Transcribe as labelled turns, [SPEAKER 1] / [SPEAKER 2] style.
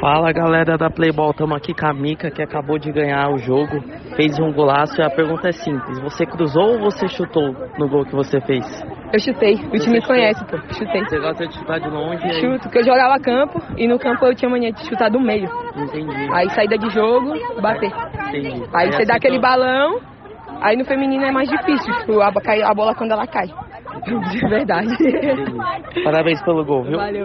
[SPEAKER 1] Fala galera da Playball, estamos aqui com a Mika que acabou de ganhar o jogo, fez um golaço e a pergunta é simples: você cruzou ou você chutou no gol que você fez?
[SPEAKER 2] Eu chutei, o
[SPEAKER 1] Você
[SPEAKER 2] time
[SPEAKER 1] chutou?
[SPEAKER 2] conhece, pô. Chutei.
[SPEAKER 1] Você gosta de chutar de longe? e aí-
[SPEAKER 2] Chuto, porque eu jogava campo e no campo eu tinha mania de chutar do meio.
[SPEAKER 1] Entendi.
[SPEAKER 2] Aí saída de jogo, bater.
[SPEAKER 1] Entendi.
[SPEAKER 2] Aí você dá
[SPEAKER 1] acertou.
[SPEAKER 2] aquele balão, aí no feminino é mais difícil, tipo, a, cai- a bola quando ela cai. De verdade.
[SPEAKER 1] Entendi. Parabéns pelo gol, viu?
[SPEAKER 2] Valeu, valeu.